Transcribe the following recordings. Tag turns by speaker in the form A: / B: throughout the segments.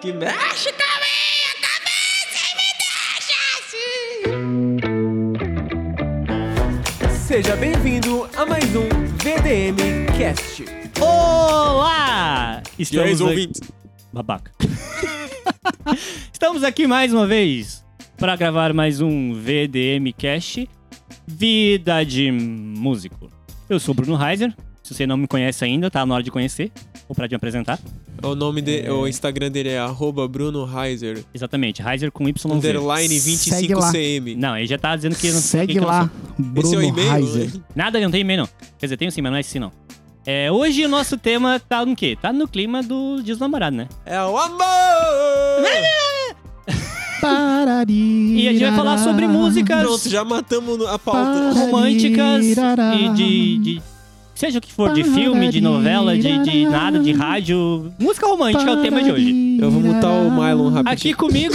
A: que mexe com a minha cabeça e me deixa assim. assim.
B: Seja bem-vindo a mais um VDM Cast.
C: Olá! Estamos
A: Estamos
C: aqui-
A: ouvintes.
C: Babaca. Estamos aqui mais uma vez para gravar mais um VDM Cash Vida de Músico. Eu sou Bruno Reiser. Se você não me conhece ainda, tá na hora de conhecer ou para te apresentar.
A: O nome de, o Instagram dele é arroba Bruno Heiser,
C: Exatamente, Reiser com Y.
A: underline
D: Segue lá.
A: 25cm.
C: Não, ele já tá dizendo que não
D: Segue
C: que eu não
D: lá,
C: sou.
D: Bruno
A: Esse é o e-mail?
D: Heiser.
C: Nada, não tem e-mail não. Quer dizer, tem sim, mas não é esse não. É, hoje o nosso tema tá no quê? Tá no clima do Dia dos Namorados, né?
A: É o amor!
C: E a gente vai falar sobre músicas.
A: Pronto, já matamos no- a pauta.
D: Pá.
C: românticas e de, de- Seja o que for, de filme, de novela, de, de nada, de rádio. Música romântica é o tema de hoje.
A: Eu vou mutar o Mylon
C: Aqui
A: rapidinho.
C: comigo.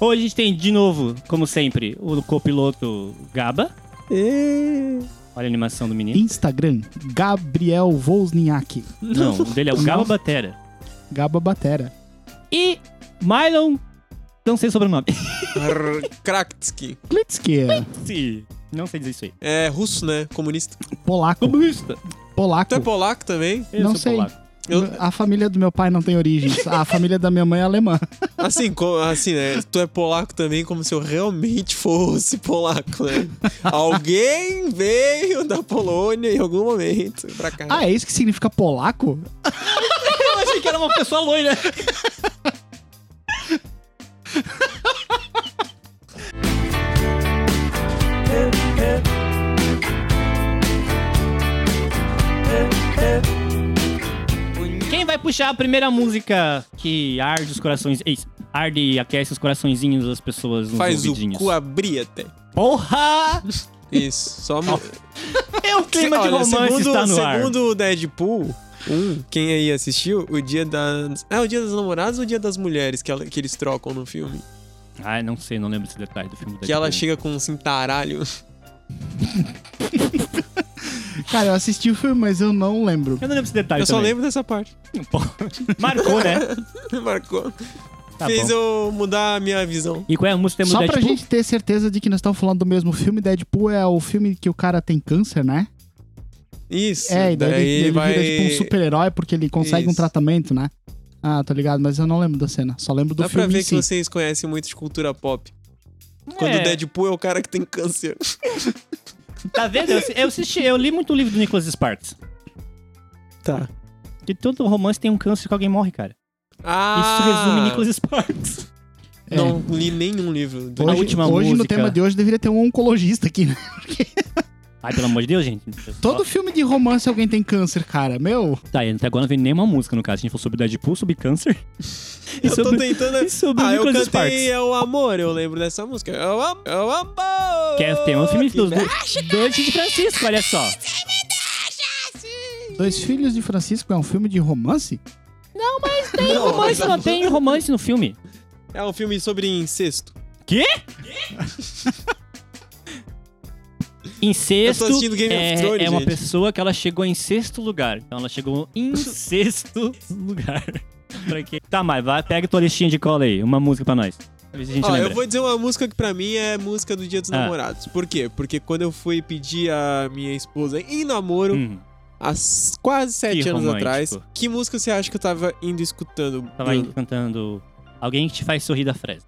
C: Hoje a gente tem de novo, como sempre, o copiloto Gaba.
A: Ê,
C: Olha a animação do menino.
D: Instagram, Gabriel Wozniak.
C: Não, o dele é o Gaba Batera.
D: Gaba Batera.
C: E Mylon. Não sei sobre o nome.
A: arr, Kraktsky.
D: Klitsky,
C: Sim, Não sei dizer isso aí.
A: É russo, né? Comunista.
D: polaco.
C: Comunista.
D: Polaco.
A: Tu é polaco também?
C: Eu
D: Não
C: sou
D: sei.
C: polaco.
A: Eu-
D: A família do meu pai não tem origens. A família da minha mãe é alemã.
A: Assim, co- assim, né? Tu é polaco também, como se eu realmente fosse polaco, né? Alguém veio da Polônia em algum momento pra cá.
D: Ah, é isso que significa polaco?
C: Eu achei que era uma pessoa loira. Quem vai puxar a primeira música que arde os corações... Ei, arde e aquece os coraçõezinhos das pessoas nos
A: Faz o
C: ouvidinhos?
A: cu abrir até.
C: Porra!
A: Isso, só... mo-
C: É o clima de
A: Olha,
C: romance
A: segundo,
C: está no ar.
A: Segundo o Deadpool, um, quem aí assistiu, o dia das... É o dia das namoradas ou o dia das mulheres que, ela- que eles trocam no filme?
C: Ai, não sei, não lembro esse detalhe do filme. do
A: Que ela
C: Deadpool.
A: chega com um cintaralho.
D: Cara, eu assisti o filme, mas eu não lembro.
C: Eu não lembro esse detalhe
A: Eu só
C: também.
A: lembro dessa parte.
C: Marcou, né?
A: Marcou.
C: Tá
A: Fez
C: bom.
A: eu mudar a minha visão.
C: E qual é a música do
D: Só
C: Deadpool?
D: pra gente ter certeza de que nós estamos falando do mesmo filme, Deadpool é o filme que o cara tem câncer, né?
A: Isso.
D: É, e daí, ele, ele
A: vai...
D: vira tipo um super-herói porque ele consegue um
A: Isso.
D: tratamento, né? Ah, tô ligado, mas eu não lembro da cena. Só lembro do
A: Dá pra
D: filme
A: ver
D: em
A: que
D: si.
A: vocês conhecem muito de cultura pop. Quando
C: É.
A: o Deadpool é o cara que tem câncer.
C: Tá vendo? Eu, eu assisti, eu li muito o livro do Nicholas Sparks.
A: Tá.
C: Que todo romance tem um câncer que alguém morre, cara.
A: Ah!
C: Isso resume Nicholas Sparks.
D: É.
A: Não li nenhum livro. Do
C: A
D: Hoje,
C: última
D: hoje no
C: música.
D: tema de hoje, deveria ter um oncologista aqui, né?
C: Ai, pelo amor de Deus, gente.
D: Todo filme de romance alguém tem câncer, cara. Meu,
C: Tá, e até agora não vem nenhuma música, no caso. A gente falou sobre Deadpool, sobre câncer. E
A: Eu tô
C: sobre-
A: tentando.
C: e sobre
A: ah, eu cantei
C: Nicholas Sparks.
A: É o Amor, eu lembro dessa música. É o, am- é o Amor!
C: Que é tema do filme
A: Que
C: dos
A: merda.
C: dois, dois de Francisco, olha só.
D: Dois Filhos de Francisco é um filme de romance?
C: Tem
A: Não,
C: romance, não tem romance no filme.
A: É um filme sobre incesto.
C: Quê? Em sexto,
A: Eu tô assistindo Game of
C: é,
A: Thrones,
C: é uma
A: gente.
C: pessoa que ela chegou em sexto lugar. Então ela chegou em sexto lugar. Pra quê? Tá, mas vai, pega tua listinha de cola aí. Uma música pra nós. Pra ver se a gente
A: Ó,
C: lembra.
A: eu vou dizer uma música que pra mim é música do Dia dos
C: Ah.
A: Namorados. Por quê? Porque quando eu fui pedir a minha esposa em namoro,
C: Hum,
A: há s- quase sete anos
C: romântico.
A: atrás, que música você acha que eu tava indo escutando?
C: tava
A: Bruno?
C: Tá cantando Alguém que te faz sorrir da fresa.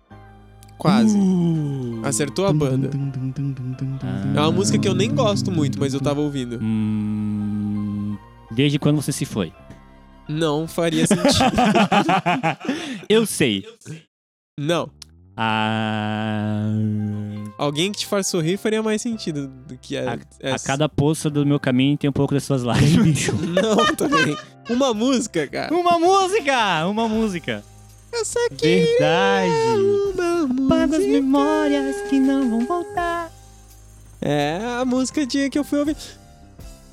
A: Quase.
D: Uh.
A: Acertou a banda.
D: Dum, dum, dum, dum, dum, dum,
C: Ah.
D: dum.
A: É uma música que eu nem gosto muito, mas eu tava ouvindo.
C: Hum, desde quando você se foi?
A: Não faria sentido.
C: eu sei.
A: Não.
C: Ah,
A: Alguém que te faz sorrir faria mais sentido do que a,
C: a
A: essa.
C: cada poça do meu caminho tem um pouco das suas lágrimas. bicho.
A: Não, também. Uma música, cara.
C: Uma música! Uma música!
A: Essa aqui
C: Verdade!
A: é uma
C: Quantas
A: música.
C: memórias que não vão voltar.
A: É a música de que eu fui ouvir.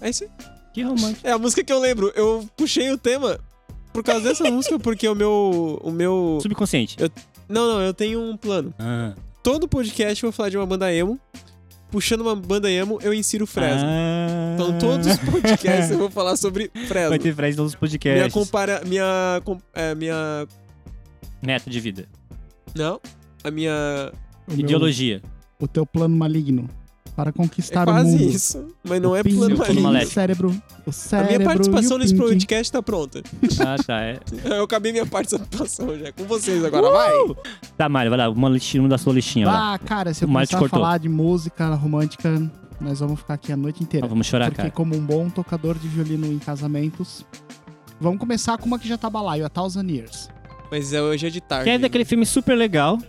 A: É isso aí.
C: Que romântico.
A: É a música que eu lembro. Eu puxei o tema por causa dessa música, porque o meu. O meu.
C: Subconsciente.
A: Não, não, eu tenho um plano.
C: Ah,
A: Todo podcast eu vou falar de uma banda emo. puxando uma banda emo, eu insiro Fresno.
C: Ah.
A: Então todos os podcasts eu vou falar sobre Fresno.
C: Vai ter Fresno nos
A: Minha
C: podcasts.
A: compara... Minha... com- é, minha...
C: Meta de vida.
A: Não. A minha...
D: O meu-
C: Ideologia.
D: o teu plano maligno para
A: É
D: conquistar o
A: quase
D: Tá mundo.
A: isso. Mas não é
D: O pin-
A: plano
C: Eu tô numa
A: maligno.
D: O
C: leve.
D: cérebro, o
A: A
D: cérebro
A: minha participação
D: e o
A: nesse
D: pinky.
A: podcast tá pronta.
C: Ah, tá. É.
A: Eu acabei minha participação já. é Com vocês agora, vai!
D: Uh!
C: Tá, Mário, vai lá. Uma listinha, uma da sua listinha. lá.
D: Ah, cara, se eu
C: O Márcio
D: começar a
C: cortou.
D: falar de música romântica, nós vamos ficar aqui a noite
C: Ah,
D: inteira.
C: vamos chorar,
D: Porque
C: cara.
D: como um bom tocador de violino em casamentos, vamos começar com uma que já tá balaio, a Thousand Years.
A: Mas é hoje é de tarde.
C: Que é daquele filme super legal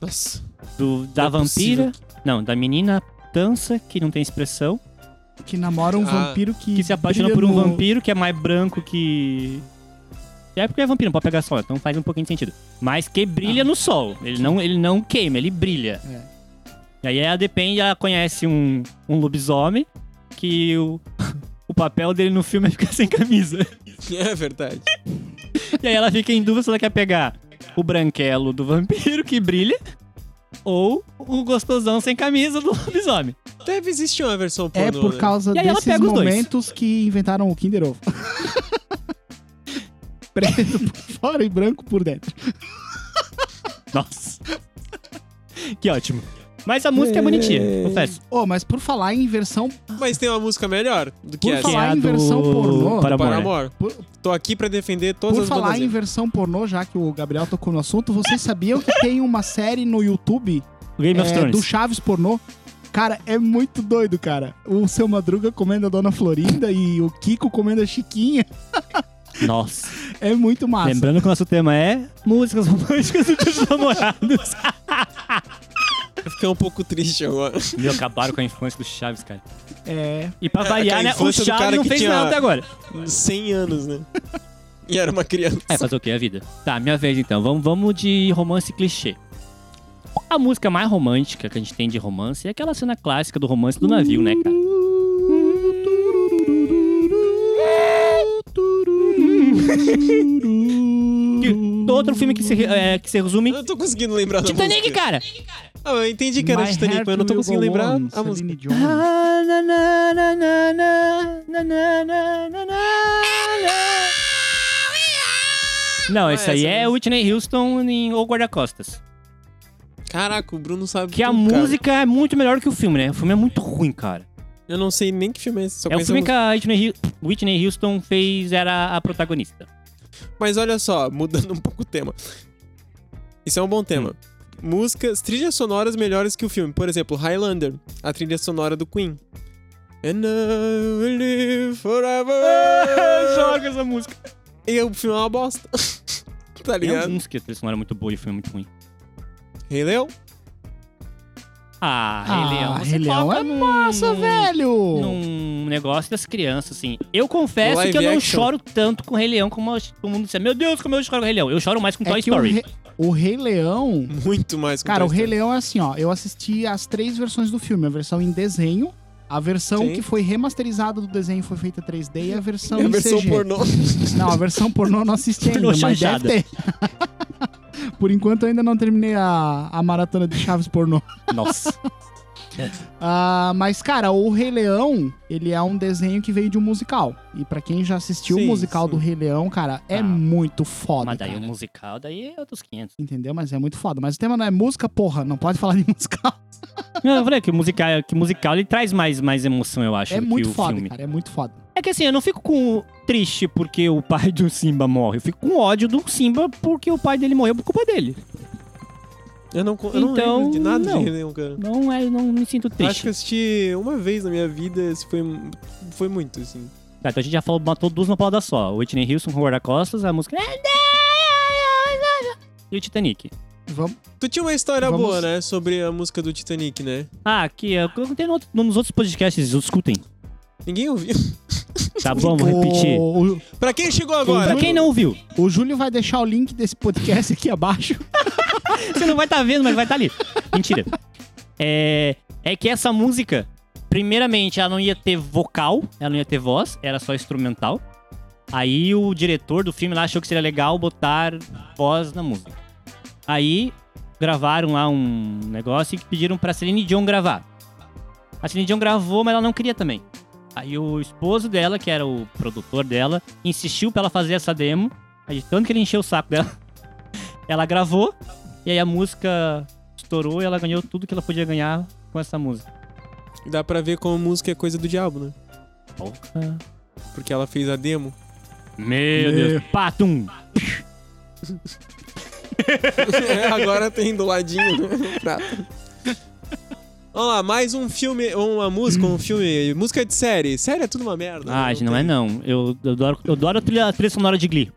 A: Nossa.
C: do, da
A: Não é possível
C: vampira. Não, da menina tança que não tem expressão.
D: Que namora um
A: Ah,
D: vampiro que.
C: Que se apaixona
D: brilha
C: por um
D: no-
C: vampiro que é mais branco que. É porque é vampiro, não pode pegar sol, então faz um pouquinho de sentido. Mas que brilha no sol. Ele não, ele não queima, ele brilha.
D: É.
C: E aí a Depende, ela conhece um, um lobisomem que o, o papel dele no filme é ficar sem camisa.
A: É verdade.
C: E aí ela fica em dúvida se ela quer pegar o branquelo do vampiro que brilha ou o gostosão sem camisa do lobisomem.
A: Deve existir uma versão pornô,
D: É por
A: né?
D: causa
C: E aí ela
D: desses
C: pega os dois.
D: momentos que inventaram o Kinder Ovo. Preto por fora e branco por dentro.
C: Nossa. Que ótimo. Mas a música é bonitinha, confesso.
D: Ô, mas por falar em versão.
A: Mas tem uma música melhor do que
D: Por
A: essa.
D: falar
C: Que é a
D: em versão pornô,
C: Para
A: Para
C: amor.
A: amor.
D: Por,
A: Tô aqui pra defender todas
D: por
A: as bandas.
D: falar em
A: emo.
D: versão pornô, já que o Gabriel tocou no assunto, vocês sabiam que tem uma série no YouTube
C: Game of
D: é,
C: Thrones.
D: do Chaves pornô. Cara, é muito doido, cara. O seu Madruga comendo a Dona Florinda e o Kiko comendo a Chiquinha.
C: Nossa.
D: É muito massa.
C: Ah, Lembrando que o nosso tema é músicas românticas do Dia dos namorados.
A: Eu fiquei um pouco triste agora.
C: Meu, acabaram com a infância do Chaves, cara.
D: É.
C: E pra variar,
A: a
C: né, o
A: infância do cara
C: Chaves não
A: que
C: fez
A: tinha-
C: nada até agora.
A: 100 anos, né? E era uma criança.
C: É, fazer o quê? A vida. Tá, minha vez então. Vamos, vamos de romance clichê. A música mais romântica que a gente tem de romance é aquela cena clássica do romance do navio, né, cara? Que Outro filme que se, re- é, que se resume.
A: Eu não tô conseguindo lembrar da
C: Titanic,
A: Tipo música.
C: Tipo cara!
A: Ah, eu entendi que era
D: My
A: Titanic,
D: Heart
A: mas eu não tô
D: Will
A: conseguindo
D: Go
A: lembrar
D: On,
A: a música.
D: Celine Dion.
C: Não,
A: Ah,
C: esse aí
A: essa
C: é
A: mesmo.
C: Whitney Houston em O Guarda-Costas.
A: Caraca, o Bruno sabe
C: Que a
A: tudo, cara.
C: música é muito melhor que o filme, né? O filme é muito ruim, cara.
A: Eu não sei nem que filme é esse. Só
C: é o
A: conheço a
C: filme que a Whitney, Hu- Whitney Houston fez, era a protagonista.
A: Mas olha só, mudando um pouco o tema. Isso é um bom tema.
C: Hum.
A: Músicas, trilhas sonoras melhores que o filme. Por exemplo, Highlander, a trilha sonora do Queen. And I will live forever.
C: essa música.
A: e o filme é uma bosta. tá
C: Tem
A: ligado?
C: alguns que a trilha sonora é muito boa e o filme é muito ruim.
A: Rei Leão?
C: Ah,
D: Ah,
C: Rei Leão. você
D: Rei Leão
C: toca
D: é
C: num-
D: Nossa, velho!
C: Num negócio das crianças, assim. Eu confesso
A: Live
C: que eu não
A: action.
C: choro tanto com Rei Leão como eu- todo mundo disse. Meu Deus, como eu choro com Rei Leão. Eu choro mais com
D: É
C: Toy
D: que o,
C: Story. Hum,
D: Re- o Rei Leão.
A: Muito mais que
D: Cara, o
A: Toy
D: Rei
A: Story.
D: Leão é assim, ó. Eu assisti as três versões do filme: a versão em desenho, a versão
A: Sim.
D: que foi remasterizada do desenho e foi feita 3D e a versão
A: É a
D: em
A: versão
D: CG.
A: pornô.
D: Não, a versão pornô eu não assisti ainda,
C: Pornô
D: mas
C: chanchada.
D: deve ter. Por enquanto eu ainda não terminei a, a maratona de Chaves pornô.
C: Nossa.
D: Ah, mas, cara, o Rei Leão, ele é um desenho que veio de um musical. E pra quem já assistiu
A: Sim,
D: o musical
A: sim.
D: do Rei Leão, cara, é
C: Ah,
D: muito foda.
C: Mas daí o
D: cara.
C: musical, daí é outros 500.
D: Entendeu? Mas é muito foda. Mas o tema não é música, porra. Não pode falar de musical.
C: Não, eu falei que o musical, que o musical ele traz mais, mais emoção, eu acho,
D: É
C: do
D: muito
C: que o
D: foda,
C: filme.
D: cara. É muito foda.
C: É que assim, eu não fico com triste porque o pai do Simba morre. Eu fico com ódio do Simba porque o pai dele morreu por culpa dele.
A: Eu não, eu não
C: Então,
A: lembro de nada
C: não.
A: de Rei Leão, cara.
C: Não é, não me sinto
A: Eu Acho
C: triste.
A: que eu assisti uma vez na minha vida, se foi, foi muito, assim.
C: Tá, então a gente já falou, matou duas numa palavra só. O Whitney Houston com o guarda-costas, a música... E o Titanic.
D: Vamos.
A: Tu tinha uma história
D: Vamos-
A: boa, né? Sobre a música do Titanic, né?
C: Ah, aqui, eu contei no outro- nos outros podcasts, escutem.
A: Ninguém ouviu.
C: Tá bom, vou
D: O-
C: repetir.
D: O,
A: Pra quem chegou agora?
C: Pra quem não ouviu,
D: o Júlio vai deixar o link desse podcast aqui abaixo.
C: você não vai estar vendo, mas vai estar ali. Mentira. É, é que essa música, primeiramente, ela não ia ter vocal, ela não ia ter voz, era só instrumental. Aí o diretor do filme lá achou que seria legal botar voz na música. Aí gravaram lá um negócio e pediram pra Celine Dion gravar. A Celine Dion gravou, mas ela não queria também. Aí o esposo dela, que era o produtor dela, insistiu pra ela fazer essa demo. Aí, de tanto que ele encheu o saco dela, ela gravou. E aí a música estourou e ela ganhou tudo que ela podia ganhar com essa música.
A: Dá pra ver como música é coisa do diabo, né?
C: Porra.
A: Porque ela fez a demo.
C: Meu Deus. Patum.
A: É, Agora tem do ladinho no prato. Vamos lá, mais um filme, uma música, um filme, música de série. Série é tudo uma merda.
C: Ah,
A: né?
C: gente, não é não. Eu, eu adoro, eu adoro a, trilha, a trilha sonora de Glee.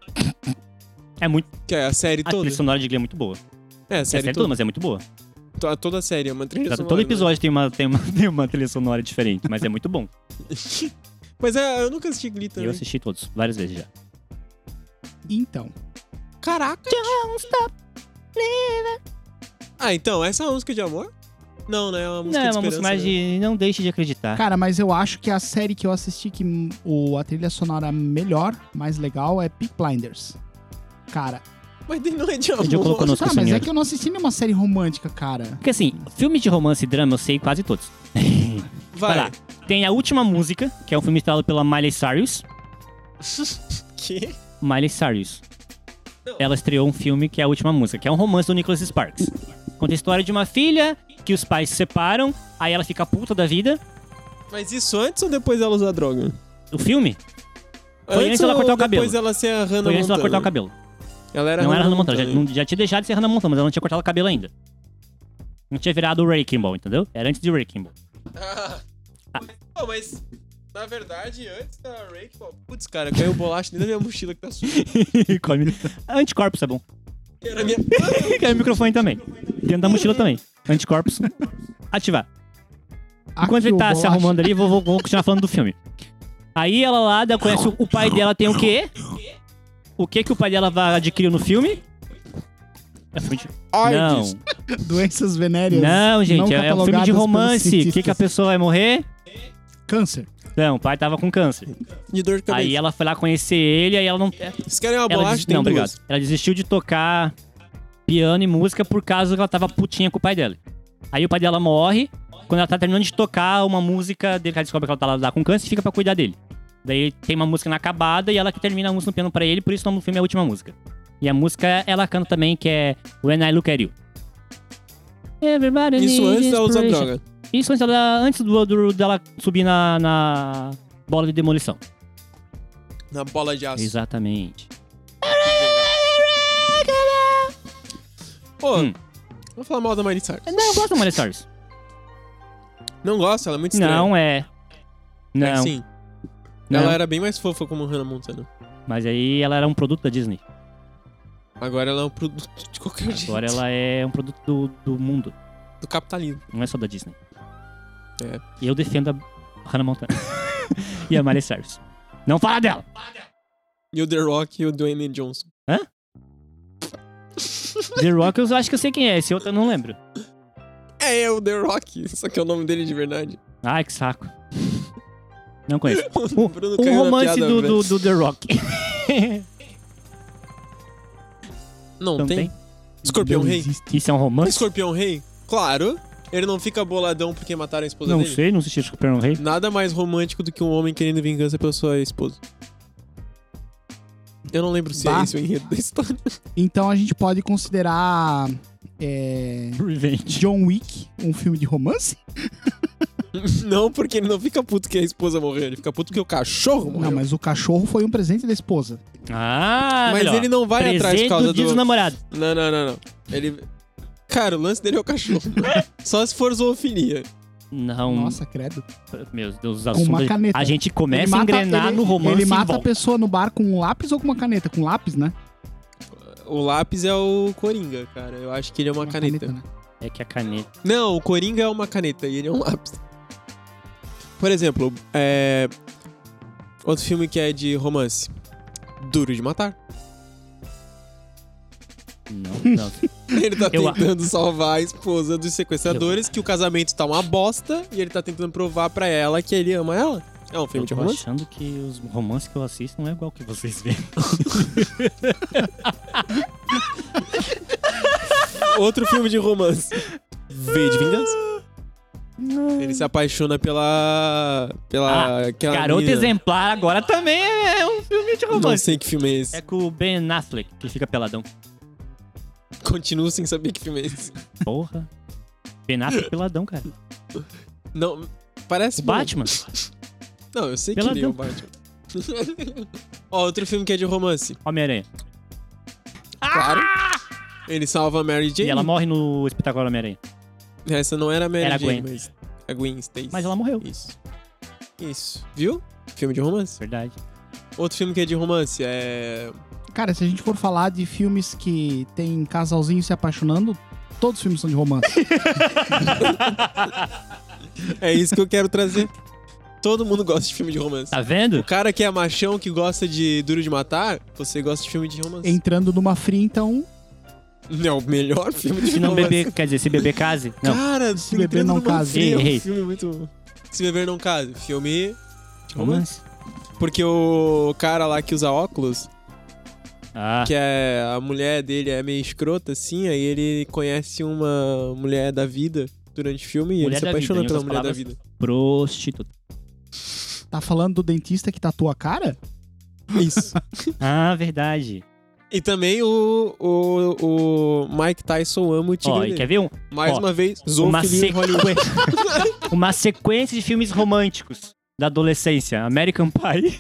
C: É muito,
A: Que é a série
C: a
A: toda.
C: trilha sonora de Glee é muito boa.
A: É, a
C: É
A: série
C: série toda,
A: toda.
C: mas é muito boa.
A: To- Toda a série, é uma trilha sonora,
C: Todo
A: né?
C: episódio tem uma, tem, uma, tem uma trilha sonora diferente, mas é muito bom.
A: Mas é, eu nunca assisti Glee
C: E
A: também.
C: eu assisti todos, várias vezes já.
D: Então,
A: Caraca! Ah, então, essa é uma música de amor? Não, né? É uma música
C: não, é
A: de
C: uma música
A: esperança,
C: mais
A: né?
C: de Não Deixe de Acreditar.
D: cara, mas eu acho que a série que eu assisti que hum, o, a trilha sonora melhor, mais legal, é Peak Blinders. Cara,
A: Mas daí não é de amor.
C: Você já colocou nos
D: tá, mas é
C: cozinheiros.
D: que eu não assisti nenhuma série romântica, cara.
C: Porque assim, filme de romance e drama eu sei quase todos.
A: Vai.
C: lá. Tem a última música, que é um filme estrelado pela Miley Cyrus.
A: Que?
C: Miley Cyrus. Ela estreou um filme que é a última música, que é um romance do Nicholas Sparks. Conta a história de uma filha que os pais se separam, aí ela fica puta da vida.
A: Mas isso antes ou depois ela usar droga?
C: O filme Foi antes ela
A: ou
C: cortar o cabelo.
A: Depois ela ser a Hannah
C: foi antes dela
A: Montana?
C: cortar o cabelo.
A: Ela era
C: não era
A: Hannah
C: Hannah Montana, já,
A: Montana.
C: não- já tinha deixado de ser Hannah Montana, mas ela não tinha cortado o cabelo ainda. Não tinha virado o Wrecking Ball, entendeu? Era antes de Wrecking Ball.
A: Ah. Pô, mas na verdade, antes da Rake, pô, putz, cara, caiu bolacha dentro da minha mochila que tá suja.
C: Come. Anticorpos é bom.
A: Era minha.
C: Caiu o microfone também. Dentro da mochila também. Anticorpos. Ativar. Enquanto
D: Aqui
C: ele
D: o
C: tá se
D: Bolacha-
C: arrumando ali, vou, vou- vou continuar falando do filme. Aí ela lá da- conhece o, o pai dela, tem o quê? O que que o pai dela vai adquirir no filme? É filme de... Não,
D: Doenças venéreas.
C: não, gente, é- é um filme
D: catalogadas
C: de
D: pelos
C: romance. O que, que a
D: cientistas.
C: pessoa vai morrer?
D: Câncer.
C: Não, o pai tava com câncer.
A: De dor de cabeça.
C: Aí ela foi lá conhecer ele, aí ela não.
A: Vocês querem uma
C: Ela
A: bolacha?
C: des...
A: Tem
C: Não,
A: duas.
C: obrigado. Ela desistiu de tocar piano e música por causa que ela tava putinha com o pai dela. Aí o pai dela morre. Quando ela tá terminando de tocar uma música dele, ela descobre que ela tá lá- lá com câncer e fica pra cuidar dele. Daí tem uma música inacabada e ela que termina a música no piano pra ele, por isso o nome do filme é a última música. E a música ela canta também, que é When I Look at You. Everybody
A: Isso
C: needs
A: antes dela usar
C: inspiration.
A: droga.
C: Isso antes dela, antes do, do- dela subir na, na bola de demolição.
A: Na bola de aço.
C: Exatamente.
A: Pô,
C: Hum.
A: vou falar mal da Miley Cyrus.
C: Não, eu gosto da Miley Cyrus.
A: Não gosto, ela é muito estranha.
C: Não é. Não,
A: É, sim.
C: não.
A: Ela era bem mais fofa como Hannah Montana.
C: Mas aí ela era um produto da Disney.
A: Agora ela é um produto de qualquer jeito.
C: Agora ela é um produto do, do mundo.
A: Do capitalismo.
C: Não é só da Disney.
A: É.
C: E eu defendo a Hannah Montana. e a Miley Cyrus. Não fala dela!
A: E o The Rock e o Dwayne Johnson.
C: The Rock eu acho que eu sei quem é, esse outro eu não lembro.
A: É, é o The Rock. Só que é o nome dele de verdade.
C: Ai, que saco. Não conheço.
A: O
C: Um,
A: Bruno
C: um
A: caiu na
C: romance
A: piada,
C: do, do,
A: velho.
C: do The Rock.
A: Não,
C: Não
A: tem?
C: tem?
A: Escorpião
D: Não
A: Rei?
D: existe.
C: Isso é um romance?
A: Escorpião Rei? Claro. Ele não fica boladão porque mataram a esposa
C: Não
A: dele?
C: sei, não assisti Escorpião Rei.
A: Nada mais romântico do que um homem querendo vingança pela sua esposa. Eu não lembro se
D: Bah.
A: é esse o enredo da história.
D: Então a gente pode considerar é,
C: Revenge.
D: John Wick um filme de romance?
A: Não, porque ele não fica puto que a esposa morreu. Ele fica puto que o cachorro morreu.
D: Não, mas o cachorro foi um presente da esposa.
C: Ah,
A: Mas
C: melhor.
A: ele não vai
C: Presente
A: atrás por causa
C: do dia
A: do...
C: dos namorados.
A: Não, não, não, não. Ele... Cara, o lance dele é o cachorro. Só se for zoofilia.
C: Não,
D: Nossa, credo.
C: meu Deus, os
D: uma
C: assuntos.
D: caneta.
C: A gente começa a
D: mata-
C: engrenar
D: ele-
C: no romance.
D: Ele
C: e
D: mata a
C: volta.
D: pessoa no bar com um lápis ou com uma caneta? Com lápis, né?
A: O lápis é o Coringa, cara. Eu acho que ele é uma, caneta.
D: né?
C: É que a caneta.
A: Não, o Coringa é uma caneta e ele é um lápis. Por exemplo, é... outro filme que é de romance. Duro de matar.
C: Não, não.
A: Ele tá
C: Eu a-
A: tentando salvar a esposa dos sequestradores, que o casamento tá uma bosta, e ele tá tentando provar pra ela que ele ama ela. É um filme
C: eu
A: de
C: tô
A: romance.
C: achando que os romances que eu assisto não é igual que vocês veem.
A: Outro filme de romance. V de Vingança. Ele se apaixona pela. pela.
C: Ah,
A: aquela
C: Garota
A: mina.
C: Exemplar agora também é um filme de
A: Não
C: romance.
A: sei que filme é esse.
C: É com o Ben Affleck, que fica peladão.
A: Continuo sem saber que filme é esse.
C: Porra. Ben Affleck peladão, cara.
A: Não, parece.
C: O
A: bom.
C: Batman.
A: Não, eu sei que
C: Peladão.
A: ele é o Batman. Ó, outro filme que é de romance.
C: Homem-Aranha.
A: Claro. Ele salva a Mary Jane.
C: Ah! E ela morre no espetáculo Homem-Aranha.
A: Essa não era a Mary
C: Era a
A: Jane,
C: Gwen.
A: mas. A Gwen Stacy.
C: Mas ela morreu.
A: Isso. Isso. Viu? Filme de romance.
C: Verdade.
A: Outro filme que é de romance é.
D: Cara, se a gente for falar de filmes que tem casalzinho se apaixonando, todos os filmes são de romance.
A: É isso que eu quero trazer. Todo mundo gosta de filme de romance.
C: Tá vendo?
A: O cara que é machão, que gosta de Duro de Matar, você gosta de filme de romance.
D: Entrando numa fria, então,
A: Não, o melhor filme de
C: Se não
A: romance.
C: beber, quer dizer, se beber case. Não.
A: Cara,
D: Se
A: Entrando
D: Beber Não
A: Numa
D: Case.
A: Fria é um
C: Errei.
A: filme muito... Se Beber Não Case, filme...
C: Romance.
A: Porque o cara lá que usa óculos,
C: Ah,
A: que é a mulher dele é meio escrota, assim, aí ele conhece uma mulher da vida durante o filme e
C: Mulher
A: ele se
C: da
A: apaixona
C: vida, em
A: pela
C: outras
A: mulher da
C: palavras.
A: vida.
C: prostituta.
D: tá falando do dentista que tatua a cara?
A: Isso.
C: Ah, verdade.
A: e também o, o, o Mike Tyson ama o tigre
C: Ó, e
A: dele.
C: quer ver um?
A: Mais
C: ó,
A: uma vez,
C: Uma,
A: zoofilia em Hollywood.
C: sequ- uma sequência de filmes românticos da adolescência. American Pie.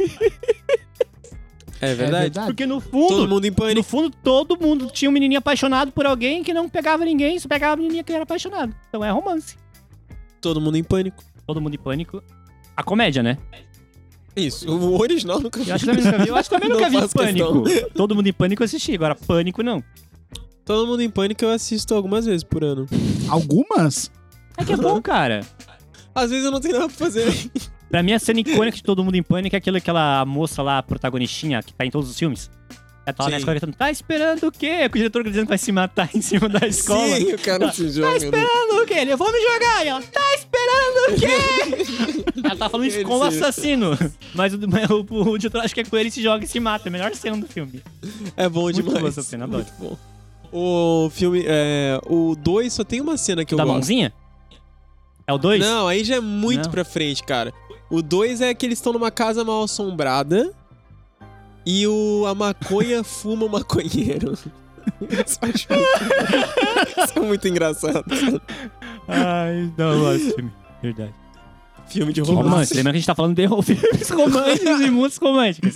A: É verdade.
C: Porque no
A: Todo
C: fundo,
A: mundo em pânico.
C: no fundo, todo mundo tinha um menininho apaixonado por alguém que não pegava ninguém, só pegava a menininha que era apaixonado. Então é romance.
A: Todo mundo em pânico.
C: Todo mundo em pânico. A comédia, né?
A: Isso. O original nunca vi.
C: Eu acho que também nunca vi, eu acho que também nunca
A: Não
C: vi
A: faço questão.
C: pânico. Todo mundo em pânico eu assisti, agora pânico não.
A: Todo mundo em pânico eu assisto algumas vezes por ano.
D: Algumas?
C: É que é bom, cara.
A: Às vezes eu não tenho nada pra fazer.
C: Pra mim, a cena icônica de Todo Mundo em Pânico é aquilo, aquela moça lá, protagonistinha, que tá em todos os filmes. Ela tá lá na
A: Sim.
C: escola gritando, tá esperando o quê? Com o diretor dizendo que vai se matar em cima da escola.
A: Sim, o cara se joga.
C: Tá
A: né?
C: esperando o quê? Ele, eu vou me jogar. E ela, tá esperando o quê? ela tá falando isso
A: Ele
C: com o
A: se-
C: assassino. Mas o, mas o, o diretor acho que é com ele se joga e se mata. É a melhor cena do filme.
A: É bom
C: Muito
A: demais.
C: boa essa cena, adoro.
A: Muito bom. O filme. É, o 2 só tem uma cena que eu
C: da
A: gosto.
C: Tá mãozinha? É o 2?
A: Não, aí já é muito
C: Não.
A: pra frente, cara. O 2 é que eles estão numa casa mal assombrada. E o, a maconha fuma o maconheiro. Isso eu acho muito- Isso é muito engraçado.
C: Ai, não, eu gosto desse filme. Verdade.
A: Filme de
C: Romance.
A: romance.
C: Lembra que a gente tá falando de ro- filmes românticos e músicas românticas.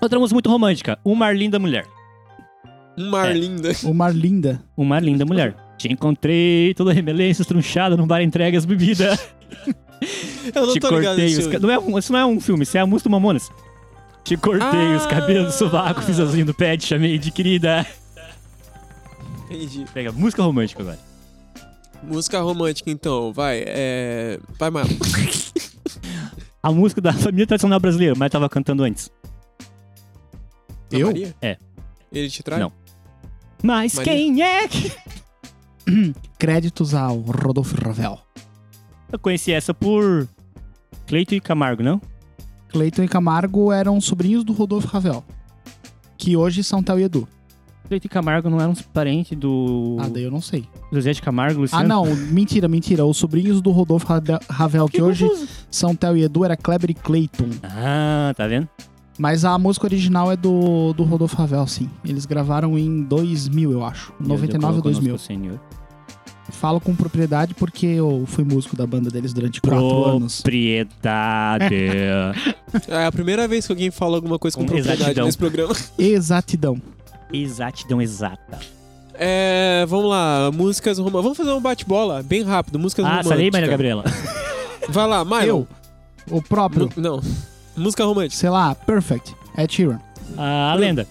C: Outra música muito romântica. Uma linda mulher.
A: Uma
C: É.
A: linda.
D: Uma linda.
C: Uma linda mulher. Te encontrei, toda rebelência, estrunchada, num bar entregas bebida.
A: Eu não
C: Te
A: tô ligado
C: cortei
A: nesse
C: os
A: filme.
C: ca- não é um, Isso não é um filme, isso é a música do Mamonas. Te cortei os
A: Ah!
C: cabelos, sovaco, fiz azulzinho do pé, te chamei de querida.
A: Entendi.
C: Pega, música romântica agora.
A: Música romântica, então, vai. É... Vai, Mar.
C: A música da família tradicional brasileira, mas tava cantando antes.
A: Da
D: Eu?
A: Maria?
C: É.
A: Ele te trai?
C: Não. Mas
A: Maria.
C: quem é que...
D: Créditos ao Rodolfo Ravel.
C: Eu conheci essa por... Cleito e Camargo, não?
D: Cleiton e Camargo eram sobrinhos do Rodolfo Ravel. Que hoje são Theo e Edu.
C: Cleito e Camargo não eram os parentes do...
D: Ah, daí eu não sei.
C: José de Camargo, Luciano.
D: Ah, não. Mentira, mentira. Os sobrinhos do Rodolfo Rade- Ravel, que, hoje são Theo e Edu, era Kleber e Cleiton.
C: Ah, tá vendo?
D: Mas a música original é do, do Rodolfo Ravel, sim. Eles gravaram em 2000, eu acho.
C: Deus, eu
D: 99 ou
C: coloco
D: 2000.
C: nosso Senhor.
D: Falo com propriedade porque eu fui músico da banda deles durante quatro anos.
C: Propriedade.
A: É a primeira vez que alguém fala alguma coisa com,
C: Com
A: propriedade
C: exatidão.
A: nesse programa.
D: Exatidão.
C: Exatidão exata.
A: É, vamos lá, músicas românticas. Vamos fazer um bate-bola, bem rápido, músicas
C: Ah,
A: românticas.
C: falei, Maria Gabriela.
A: Vai lá, Maio.
D: Eu, o próprio,
A: Mu- Não. Música romântica.
D: sei lá, Perfect, Ed Sheeran.
C: Ah, a lenda.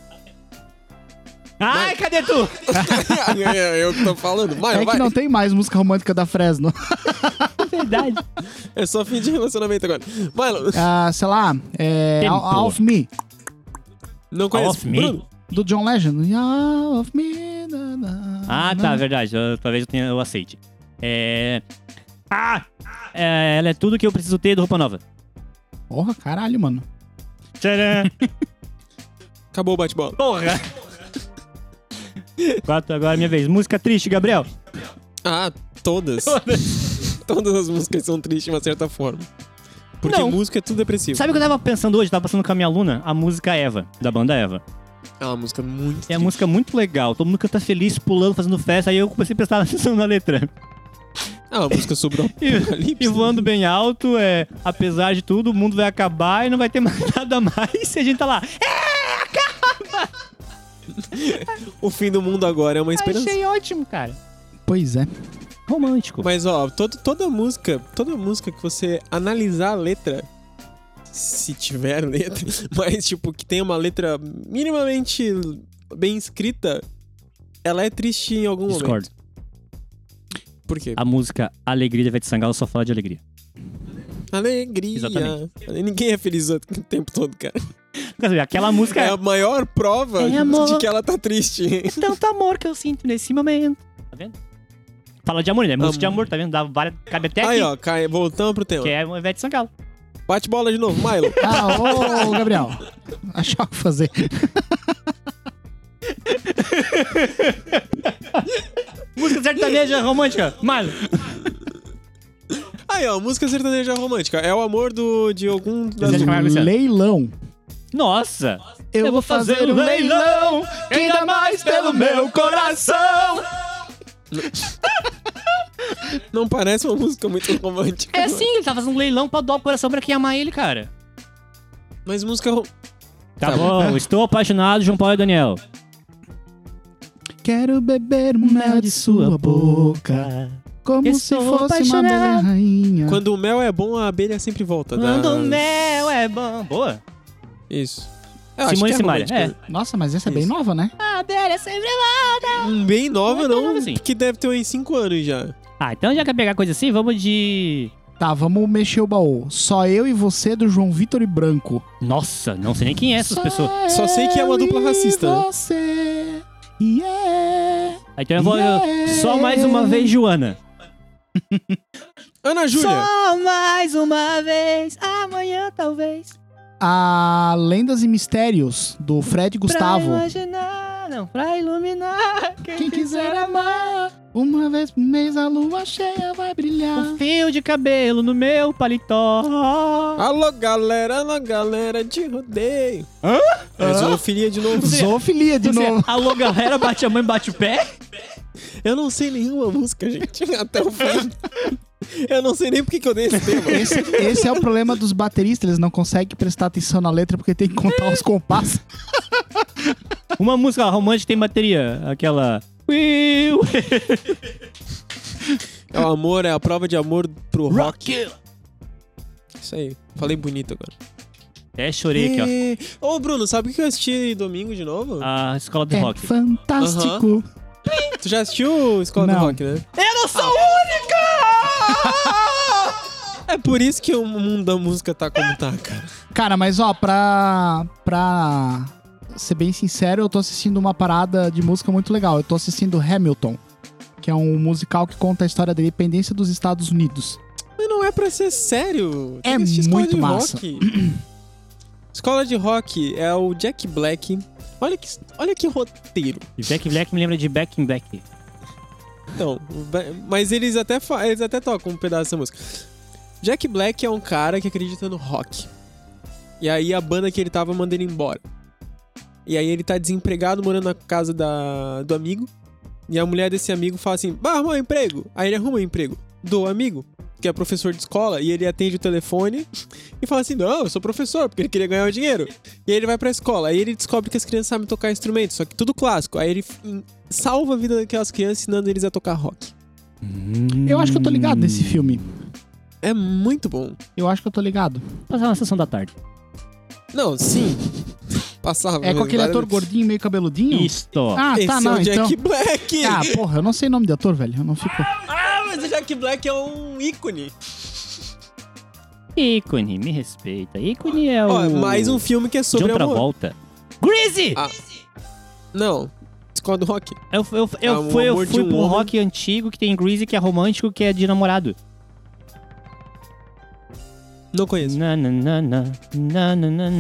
C: Ai, cadê tu?
A: é eu que tô falando. Maio,
D: É que
A: vai.
D: não tem mais música romântica da Fresno.
C: Verdade.
A: É só fim de relacionamento agora. Milo,
D: Ah, sei lá, é,
C: Tempo.
D: All of Me,
A: não
C: All
A: conheço.
C: of me?
A: Bruno,
D: do John Legend. All of Me. na, na,
C: Ah,
D: na.
C: tá, verdade. Eu- talvez eu, tenha, eu aceite. É. Ah! É, ela é tudo que eu preciso ter do roupa nova.
D: Porra, caralho, mano.
C: Tcharam!
A: acabou o bate-bola.
C: Porra! Quatro, agora é minha vez. Música triste, Gabriel.
A: Ah, todas. Todas as músicas são tristes de uma certa forma. Porque
C: Não.
A: música é tudo depressivo.
C: Sabe o que eu tava pensando hoje? Tava passando com a minha aluna a música Eva, da banda Eva.
A: É uma música muito
C: É
A: triste.
C: uma música muito legal, todo mundo canta feliz, pulando, fazendo festa. Aí eu comecei a prestar atenção na letra.
A: É uma música sobre o
C: E, e
A: apocalipse.
C: voando bem alto, é, apesar de tudo, o mundo vai acabar e não vai ter mais nada mais. E a gente tá lá. "É,
A: O fim do mundo agora é uma esperança.
C: achei ótimo, cara.
D: Pois é.
C: Romântico.
A: Mas ó, todo, toda música, toda música que você analisar a letra, se tiver letra, mas tipo, que tem uma letra minimamente bem escrita, ela é triste em algum momento.
C: Discord.
A: Por quê?
C: A música Alegria da Ivete Sangalo só fala de alegria.
A: Alegria.
C: Exatamente.
A: Ninguém é feliz o tempo todo, cara.
C: Quer dizer, aquela música
A: É
C: é
A: a maior prova
C: Tem amor.
A: de que ela tá triste.
C: tanto amor que eu sinto nesse momento. Tá vendo? Fala de amor, né? Música de
A: Amor.
C: amor, tá vendo? Dá várias, cabe até aqui,
A: Aí, ó, cai, voltamos pro tema.
C: que é Ivete Sangalo.
A: Bate bola de novo, Milo.
D: Ah, ô, ô, Gabriel. Achar o que fazer.
C: Música sertaneja romântica. Mano,
A: Aí, ó, música sertaneja romântica. É o amor do, de algum das
C: Desejo Camargo Luciano.
D: Leilão.
C: nossa.
D: Eu, vou fazer um leilão. Quem dá mais pelo meu
C: coração.
A: Não parece uma música muito romântica.
C: É sim, ele tá fazendo um leilão pra doar o coração pra quem amar ele, cara.
A: Mas música. ro-
C: Tá bom, estou apaixonado, João Paulo e Daniel.
D: Quero beber o mel de sua boca. Como se
C: Estou
D: fosse uma
C: apaixonado.
D: bela rainha.
A: Quando o mel é bom, a abelha sempre volta. da-
C: Quando o mel é bom. Boa.
A: Isso. Eu acho
C: Simone
A: que é
C: Simaria,
A: romântica.
D: Nossa, mas essa é bem
A: Isso.
D: nova, né?
C: Ah, é sempre
A: Hum, Bem nova,
C: Não é
A: não.
C: tão nova assim.
A: Que deve ter uns 5 anos já.
C: Ah, então já quer pegar coisa assim, vamos de...
D: Tá, vamos mexer o baú. Só eu e você do João Vitor e Branco.
C: Nossa, não sei nem quem é essas
D: Só
C: pessoas.
A: Só sei que é uma
D: eu
A: dupla
D: e
A: racista, né?
D: Você. é. Yeah.
C: Ah, Então eu vou...
D: Yeah.
C: Só mais uma vez, Joana.
A: Ana Júlia.
C: Só mais uma vez, amanhã talvez.
D: A Lendas e Mistérios, do Fred Gustavo.
C: Pra imaginar, não, pra iluminar. Quem,
D: Quem quiser amar, uma vez por mês a lua cheia vai brilhar.
C: Um fio de cabelo no meu paletó.
A: Alô, galera, alô, galera de rodeio.
C: Hã?
A: É zoofilia de novo.
D: Zoofilia de
C: Você-
D: novo.
C: Alô, galera, bate a mãe, bate o pé.
A: Eu não sei nenhuma música, gente, até o fim. Eu não sei nem porque que eu dei esse tema.
D: Esse, esse é o problema dos bateristas, eles não conseguem prestar atenção na letra porque tem que contar os compassos.
C: Uma música romântica tem bateria. Aquela. Will.
A: É o amor, é a prova de amor pro rock. Isso aí. Falei bonito agora.
C: Até chorei aqui, ó. Ah.
A: É. Ô, Bruno, sabe o que eu assisti domingo de novo?
C: A escola do
D: É
C: rock.
D: fantástico.
A: Tu já assistiu Escola do
D: Não.
A: Rock, né?
C: Eu não sou Ah. única!
A: É por isso que o mundo da música tá como tá, cara.
D: Cara, mas ó, pra, pra ser bem sincero, eu tô assistindo uma parada de música muito legal. Eu tô assistindo Hamilton, que é um musical que conta a história da independência dos Estados Unidos.
A: Mas não é pra ser sério. Tem
D: É
A: que assistir Escola
D: muito
A: de
D: massa.
A: Rock. Escola de Rock é o Jack Black. Olha que, olha que roteiro.
C: Jack Black me lembra de Back in Black.
A: Então, ba- mas eles até, fa- eles até tocam um pedaço dessa música. Jack Black é um cara que acredita no rock. E aí a banda que ele tava manda ele embora. E aí ele tá desempregado, morando na casa da, do amigo. E a mulher desse amigo fala assim: vai arrumar um emprego. Aí ele arruma um emprego do amigo, que é professor de escola. E ele atende o telefone e fala assim: não, eu sou professor, porque ele queria ganhar o dinheiro. E aí ele vai pra escola. Aí ele descobre que as crianças sabem tocar instrumentos, só que tudo clássico. Aí ele em- salva a vida daquelas crianças ensinando eles a tocar rock.
D: Eu acho que eu tô ligado nesse
A: Hum.
D: filme.
A: É muito bom.
D: Eu acho que eu tô ligado.
C: Passar uma sessão da tarde.
A: Não, sim. Passava.
D: É com aquele
A: várias
D: ator
A: vezes.
D: gordinho, meio cabeludinho?
C: Isto.
D: Ah,
A: Esse
D: tá,
A: é
D: não,
A: o
D: então...
A: Jack Black.
D: Ah,
A: Ah.
D: porra, eu não sei o nome de ator, velho. Eu não fico...
A: mas o Jack Black é um ícone.
C: Ícone, me respeita. Ícone é o.
A: Ó, mais um filme que é sobre
C: John
A: amor.
C: Travolta. Greasy!
A: Ah. Não. Escola do Rock.
C: Eu, eu, eu
A: Ah, o
C: fui, eu
A: amor de
C: fui
A: um
C: pro
A: homem.
C: rock antigo que tem Greasy, que é romântico, que é de namorado.
A: Não conheço.
C: Na, na, na, na, na, na, na, na, na,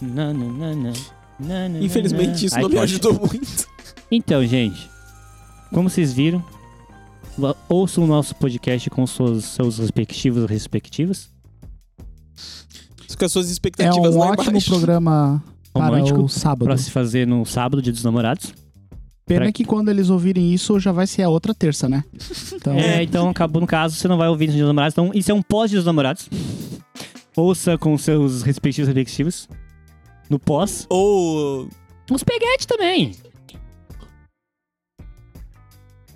C: na, na, na, na, na,
A: Infelizmente, isso
C: Ai,
A: não me
C: que ótimo.
A: ajudou muito.
C: Então, gente, como vocês viram, Va- Ouçam o nosso podcast com suas, seus respectivos respectivas.
A: Com as suas
D: É
A: expectativas
D: um
A: lá
D: ótimo
A: embaixo.
D: programa para
C: Romântico.
D: o sábado.
C: Pra se fazer no sábado, dia dos namorados.
D: Pena
C: pra-
D: que quando eles ouvirem isso, já vai ser a outra terça, né? Então,
C: É, então acabou no caso, você não vai ouvir no dia dos namorados. Então, isso é um pós dia dos namorados. Ouça com seus respectivos respectivos. No pós.
A: Ou
C: Os peguete Um também.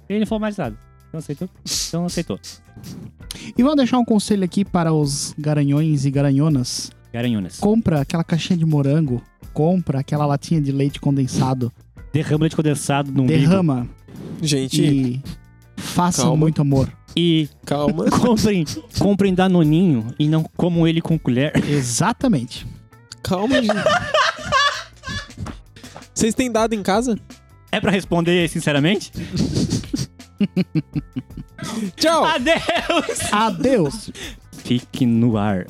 C: Ele não falou mais nada. Não aceitou? Então aceitou.
D: E vamos deixar um conselho aqui para os garanhões e garanhonas.
C: Garanhunas.
D: compra aquela caixinha de morango, compra aquela latinha de leite condensado,
C: Derrama leite condensado no umbigo.
D: derrama
A: Gente,
D: e faça
A: Calma.
D: muito amor.
C: E
A: calma.
C: comprem, comprem danoninho e não comam ele com colher.
D: Exatamente.
A: Calma, gente. Vocês têm dado em casa?
C: É pra responder sinceramente?
A: Tchau!
C: Adeus!
D: Adeus.
C: Fique no ar.